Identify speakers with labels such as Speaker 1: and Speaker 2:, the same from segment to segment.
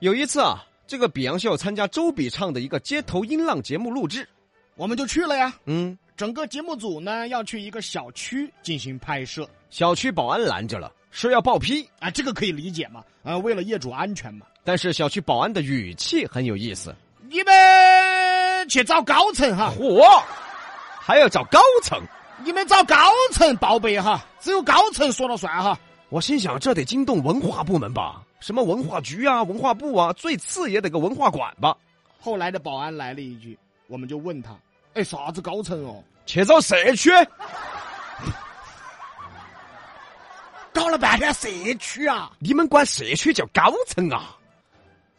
Speaker 1: 有一次啊，这个比昂秀参加周笔畅的一个街头音浪节目录制，
Speaker 2: 我们就去了呀。
Speaker 1: 嗯，
Speaker 2: 整个节目组呢要去一个小区进行拍摄
Speaker 1: 小区保安拦着了，说要报批，
Speaker 2: 啊，这个可以理解嘛？呃，为了业主安全嘛。
Speaker 1: 但是小区保安的语气很有意思，
Speaker 2: 你们去找高层哈，
Speaker 1: 嚯，还要找高层。
Speaker 2: 你们找高层报备哈，只有高层说了算哈。
Speaker 1: 我心想，这得惊动文化部门吧？什么文化局啊、文化部啊，最次也得个文化馆吧？
Speaker 2: 后来的保安来了一句，我们就问他，哎，啥子高层哦？
Speaker 1: 且找社区。
Speaker 2: 搞了半天社区啊，
Speaker 1: 你们管社区叫高层啊？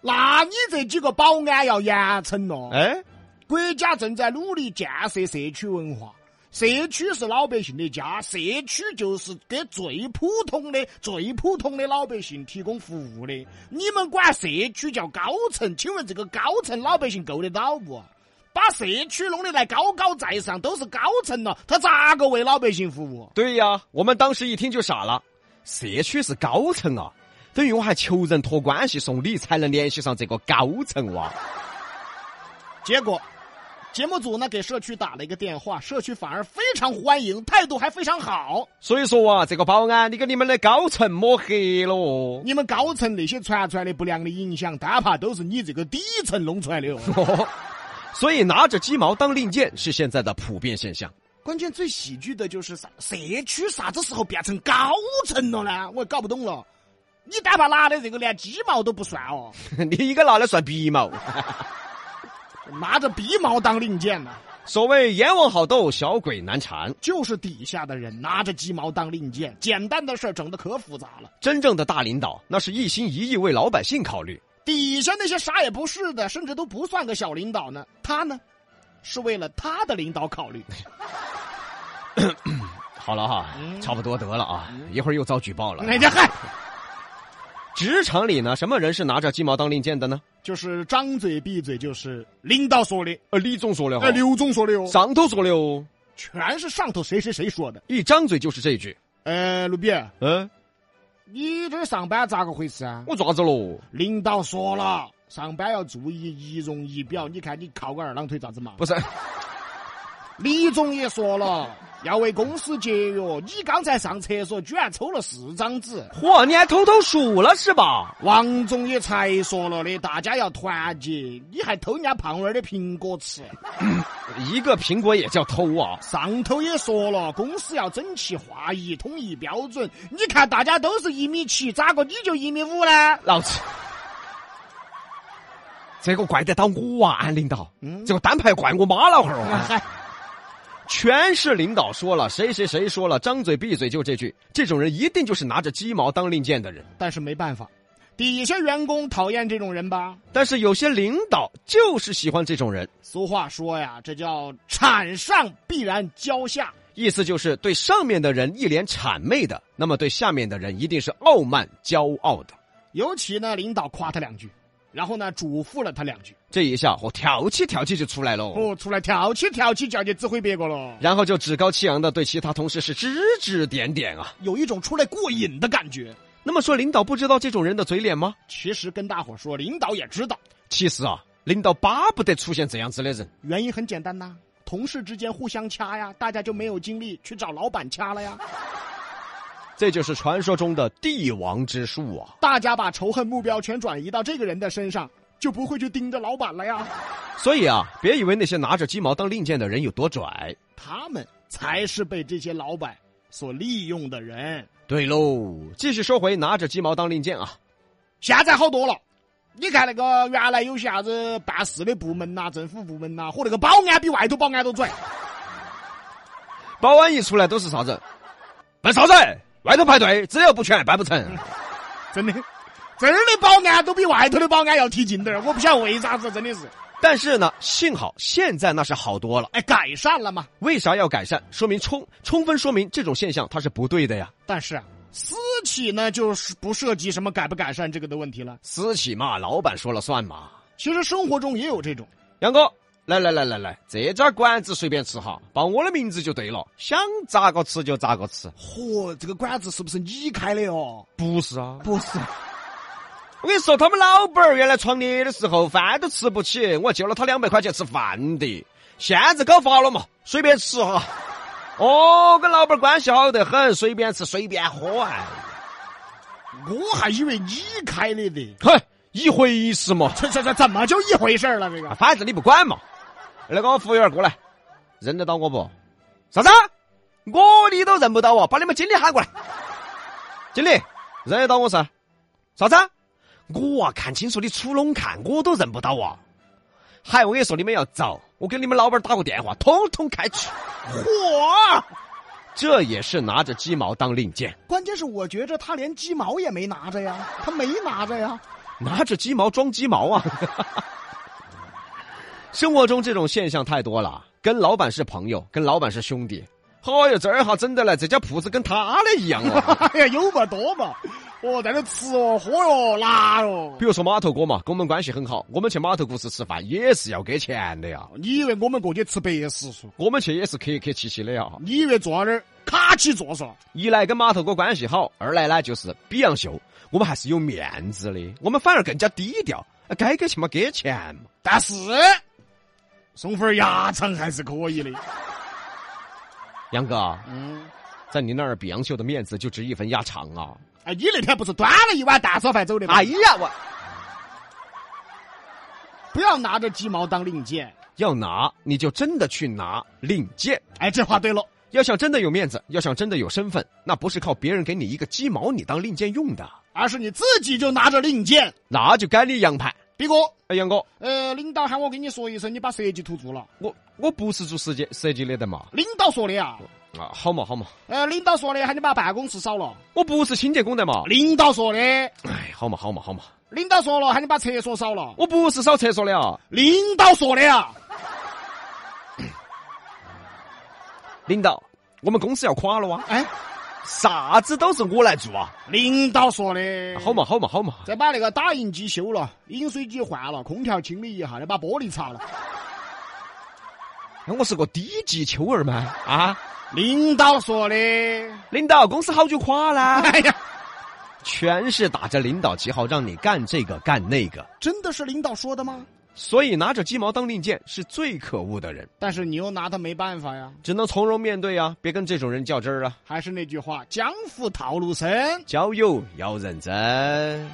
Speaker 2: 那你这几个保安要严惩哦。
Speaker 1: 哎，
Speaker 2: 国家正在努力建设社区文化，社区是老百姓的家，社区就是给最普通的、最普通的老百姓提供服务的。你们管社区叫高层，请问这个高层老百姓够得到不？啊把社区弄得来高高在上，都是高层了，他咋个为老百姓服务？啊
Speaker 1: 对呀，我们当时一听就傻了，社区是高层啊，等于我还求人托关系送礼才能联系上这个高层哇、
Speaker 2: 结果，节目组呢给社区打了一个电话，社区反而非常欢迎，态度还非常好。
Speaker 1: 所以说啊，这个保安，你跟你们的高层抹黑了哦。
Speaker 2: 你们高层那些传出来的不良的影响，大怕都是你这个底层弄出来的哦。
Speaker 1: 所以拿着鸡毛当令箭是现在的普遍现象。
Speaker 2: 关键最喜剧的就是啥？社区啥子时候变成高层了呢？我也搞不懂了。你哪怕拿的这个连鸡毛都不算哦，
Speaker 1: 你一个拿来算鼻毛。
Speaker 2: 拿着鼻毛当令箭呢、
Speaker 1: 所谓阎王好斗，小鬼难缠。
Speaker 2: 就是底下的人拿着鸡毛当令箭，简单的事儿整的可复杂了。
Speaker 1: 真正的大领导，那是一心一意为老百姓考虑。
Speaker 2: 底下那些啥也不是的，甚至都不算个小领导呢，他呢，是为了他的领导考虑。
Speaker 1: 好了哈，差不多得了啊，一会儿又遭举报了。
Speaker 2: 那家嗨。
Speaker 1: 职场里呢，什么人是拿着鸡毛当令箭的呢？
Speaker 2: 就是张嘴闭嘴就是领导说的，
Speaker 1: 呃，李总说的
Speaker 2: 哎，刘总说的哟，
Speaker 1: 上头说的哦，
Speaker 2: 全是上头谁谁谁说的。
Speaker 1: 一张嘴就是这句。
Speaker 2: 哎，卢比，
Speaker 1: 嗯，
Speaker 2: 你这儿上班咋个回事啊？
Speaker 1: 我咋子喽？
Speaker 2: 领导说了，上班要注意仪容仪表，你看你靠个二郎腿咋子嘛？
Speaker 1: 不是，
Speaker 2: 李总也说了，要为公司节约。你刚才上厕所居然抽了四张纸。
Speaker 1: 嚯，你还偷偷数了是吧？
Speaker 2: 王总也才说了的，大家要团结。你还偷人家胖娃儿的苹果吃。
Speaker 1: 一个苹果也叫偷啊？
Speaker 2: 上头也说了，公司要整齐划一、统一标准。你看大家都是一米七，咋个你就一米五呢？
Speaker 1: 老子，这个怪得到我啊，安领导，
Speaker 2: 嗯
Speaker 1: 这个单排怪我妈老汉 儿哦。
Speaker 2: 嗨，
Speaker 1: 全是领导说了，谁谁谁说了，张嘴闭嘴就这句，这种人一定就是拿着鸡毛当令箭的人。
Speaker 2: 但是没办法，底下员工讨厌这种人吧？
Speaker 1: 但是有些领导就是喜欢这种人，
Speaker 2: 俗话说呀，这叫产上必然骄下。
Speaker 1: 意思就是对上面的人一脸谄媚的，那么对下面的人一定是傲慢、骄傲的。
Speaker 2: 尤其呢，领导夸他两句，然后呢，嘱咐了他两句，
Speaker 1: 这一下，我挑起挑起就出来喽，
Speaker 2: 哦，出来跳起跳起，叫你指挥别个了。
Speaker 1: 然后就趾高气扬的对其他同事是指指点点啊。
Speaker 2: 有一种出来过瘾的感觉。
Speaker 1: 那么说，领导不知道这种人的嘴脸吗？
Speaker 2: 其实跟大伙说，领导也知道，
Speaker 1: 其实啊，领导巴不得出现这样子的人。
Speaker 2: 原因很简单呐、同事之间互相掐呀，大家就没有精力去找老板掐了呀。
Speaker 1: 这就是传说中的帝王之术啊！
Speaker 2: 大家把仇恨目标全转移到这个人的身上，就不会去盯着老板了呀。
Speaker 1: 所以啊，别以为那些拿着鸡毛当令箭的人有多拽。
Speaker 2: 他们才是被这些老板所利用的人。
Speaker 1: 对喽，继续说回拿着鸡毛当令箭啊，
Speaker 2: 现在好多了，你看那个原来有些啥子办事的部门呐、政府部门呐、和那个保安比外头保安都拽。
Speaker 1: 保安一出来都是啥子？办啥子？外头排队，资料不全办不成。
Speaker 2: 真的，这儿的保安都比外头的保安要提劲点儿，我不晓得为啥子，真的是。
Speaker 1: 但是呢，幸好现在那是好多了。
Speaker 2: 哎，改善了嘛？
Speaker 1: 为啥要改善？说明充充分说明这种现象它是不对的呀。
Speaker 2: 但是啊，私企呢就是不涉及什么改不改善这个的问题了。
Speaker 1: 私企嘛，老板说了算嘛。
Speaker 2: 其实生活中也有这种，
Speaker 1: 杨哥，来来来来来，这家馆子随便吃哈，报我的名字就对了，想咋个吃就咋个吃。
Speaker 2: 嚯，这个馆子是不是你开的哦？
Speaker 1: 不是啊，
Speaker 2: 不是，
Speaker 1: 我跟你说，他们老板儿原来创业的时候饭都吃不起，我借了他两百块钱吃饭的。现在搞发了嘛，随便吃哈。哦，跟老板关系好得很，随便吃随便喝啊。
Speaker 2: 我还以为你开的呢，
Speaker 1: 哼，一回事嘛，
Speaker 2: 这这这怎么就一回事儿了？这
Speaker 1: 啊
Speaker 2: 个
Speaker 1: 反正你不管嘛。那个服务员过来，认得到我不？啥子？我你都认不到哦，把你们经理喊过来。经理，认得到我噻？啥子？我啊，看清楚你楚龙看，我都认不到啊。嗨，我跟你说，你们要遭，我给你们老板打个电话，统统开除。
Speaker 2: 嚯！
Speaker 1: 这也是拿着鸡毛当令箭，
Speaker 2: 关键是我觉着他连鸡毛也没拿着呀，他没拿着呀。
Speaker 1: 拿着鸡毛装鸡毛啊！ 生活中这种现象太多了，跟老板是朋友，跟老板是兄弟。哎哟，这儿哈真的嘞，这家铺子跟他的一样哦。
Speaker 2: 哎呀，有嘛多嘛，哦，在那吃哦、喝哟、拿哟。
Speaker 1: 比如说码头哥嘛，跟我们关系很好，我们去码头故事吃饭也是要给钱的呀，
Speaker 2: 你以为我们过去吃白食素？
Speaker 1: 我们去也是客客气气的呀。
Speaker 2: 你以为坐那儿卡起坐嗦？
Speaker 1: 一来跟码头哥关系好，二来呢就是比洋秀，我们还是有面子的，我们反而更加低调，哎该给钱嘛给钱嘛。
Speaker 2: 但是送份儿鸭肠还是可以的。
Speaker 1: 杨哥，
Speaker 2: 嗯，
Speaker 1: 在你那儿比杨秀的面子就值一分鸭肠啊！
Speaker 2: 哎，你那天不是端了一碗蛋炒饭走的吗？
Speaker 1: 哎呀，我
Speaker 2: 不要拿着鸡毛当令箭。
Speaker 1: 要拿你就真的去拿令箭。
Speaker 2: 哎，这话对了，
Speaker 1: 要想真的有面子，要想真的有身份，那不是靠别人给你一个鸡毛你当令箭用的，
Speaker 2: 而是你自己就拿着令箭。
Speaker 1: 那就该立杨牌。
Speaker 2: 毕哥，
Speaker 1: 哎，杨哥，
Speaker 2: 呃，领导喊我跟你说一声，你把设计图做了。
Speaker 1: 我我不是做设计设计的的嘛，
Speaker 2: 领导说的啊，
Speaker 1: 啊，好嘛好嘛，
Speaker 2: 呃，领导说的喊你把办公室扫了。
Speaker 1: 我不是清洁工的嘛，
Speaker 2: 领导说的，
Speaker 1: 哎，好嘛好嘛好嘛，
Speaker 2: 领导说了喊你把厕所扫了。
Speaker 1: 我不是扫厕所的啊，
Speaker 2: 领导说的啊，
Speaker 1: 领导，我们公司要垮了哇，
Speaker 2: 哎，
Speaker 1: 啥子都是我来做啊，
Speaker 2: 领导说的。
Speaker 1: 好嘛好嘛好嘛，
Speaker 2: 再把那个打印机修了，饮水机换了，空调清理一下，再把玻璃擦了。
Speaker 1: 哎我是个低级秋儿吗？啊，
Speaker 2: 领导说的，
Speaker 1: 领导，公司好久垮了。
Speaker 2: 哎呀，
Speaker 1: 全是打着领导旗号让你干这个干那个，
Speaker 2: 真的是领导说的吗？
Speaker 1: 所以拿着鸡毛当令箭是最可恶的人，
Speaker 2: 但是你又拿他没办法呀。
Speaker 1: 只能从容面对啊，别跟这种人较真儿啊，
Speaker 2: 还是那句话，江湖套路深。
Speaker 1: 交友要认真。